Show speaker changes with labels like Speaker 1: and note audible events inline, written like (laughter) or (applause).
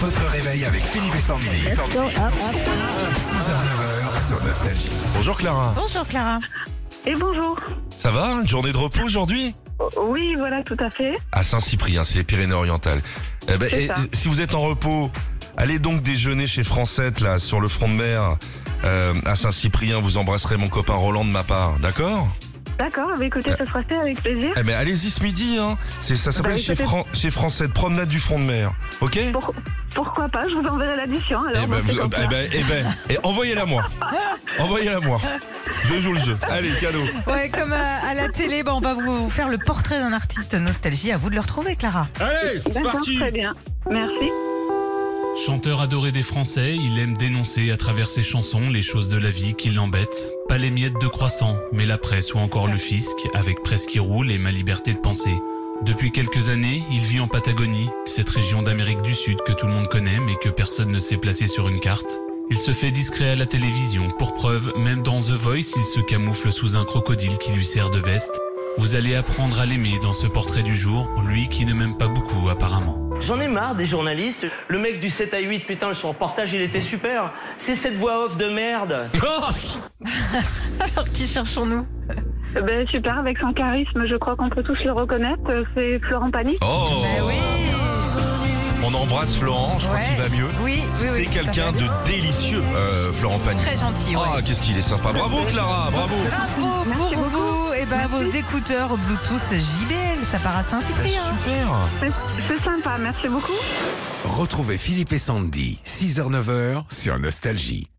Speaker 1: Votre réveil avec Philippe et Sandy. 6h-9h sur Nostalgie.
Speaker 2: Bonjour Clara.
Speaker 3: Bonjour Clara.
Speaker 4: Et bonjour.
Speaker 2: Ça va Une journée de repos aujourd'hui
Speaker 4: Oui, voilà, tout à fait.
Speaker 2: À Saint-Cyprien, c'est les Pyrénées-Orientales. Eh ben,
Speaker 4: C'est
Speaker 2: et
Speaker 4: ça.
Speaker 2: si vous êtes en repos, allez donc déjeuner chez Francette, là, sur le front de mer, euh, à Saint-Cyprien. Vous embrasserez mon copain Roland de ma part, d'accord
Speaker 4: D'accord, bah
Speaker 2: Euh.
Speaker 4: écoutez, ça sera fait avec plaisir.
Speaker 2: Eh ben, allez-y ce midi, hein. C'est, ça s'appelle
Speaker 4: oui,
Speaker 2: chez,
Speaker 4: peut-être.
Speaker 2: Fran- chez Francette, promenade du front de mer. Ok
Speaker 4: Pour- pourquoi pas, je vous enverrai l'addition. Alors,
Speaker 2: Eh ben,
Speaker 4: on fait
Speaker 2: vous-
Speaker 4: comme ça.
Speaker 2: eh ben, eh ben, eh, envoyez-la
Speaker 4: (laughs)
Speaker 2: moi. Envoyez-la moi. Je joue le jeu. Allez, cadeau.
Speaker 3: Ouais, comme euh, à la télé, bah, on va vous faire le portrait d'un artiste nostalgie. À vous de le retrouver, Clara.
Speaker 2: Allez, c'est
Speaker 4: D'accord,
Speaker 2: parti.
Speaker 4: très bien. Merci.
Speaker 5: Chanteur adoré des Français, il aime dénoncer à travers ses chansons les choses de la vie qui l'embêtent. Pas les miettes de croissant, mais la presse ou encore le fisc, avec Presse qui roule et ma liberté de penser. Depuis quelques années, il vit en Patagonie, cette région d'Amérique du Sud que tout le monde connaît mais que personne ne sait placer sur une carte. Il se fait discret à la télévision, pour preuve, même dans The Voice, il se camoufle sous un crocodile qui lui sert de veste. Vous allez apprendre à l'aimer dans ce portrait du jour, lui qui ne m'aime pas beaucoup apparemment.
Speaker 6: J'en ai marre des journalistes. Le mec du 7 à 8, putain, son reportage, il était super. C'est cette voix off de merde.
Speaker 3: Alors, qui cherchons-nous
Speaker 4: Eh Ben, super, avec son charisme, je crois qu'on peut tous le reconnaître. euh, C'est Florent Pagny.
Speaker 2: Oh.
Speaker 3: Eh Oui,
Speaker 2: On embrasse Florent, je crois
Speaker 3: Ouais.
Speaker 2: qu'il va mieux.
Speaker 3: oui, oui.
Speaker 2: C'est
Speaker 3: oui, tout à
Speaker 2: quelqu'un
Speaker 3: fait.
Speaker 2: de délicieux, euh, Florent Pagny.
Speaker 3: Très gentil, ouais.
Speaker 2: Ah, qu'est-ce qu'il est sympa. Bravo Clara, bravo.
Speaker 3: Bravo
Speaker 4: Merci
Speaker 3: pour
Speaker 4: beaucoup.
Speaker 3: vous et ben, vos écouteurs Bluetooth JBL, ça part à
Speaker 2: Eh,
Speaker 3: Saint-Cyprien.
Speaker 2: Super.
Speaker 4: C'est c'est sympa, merci beaucoup.
Speaker 1: Retrouvez Philippe et Sandy, 6h-9h sur Nostalgie.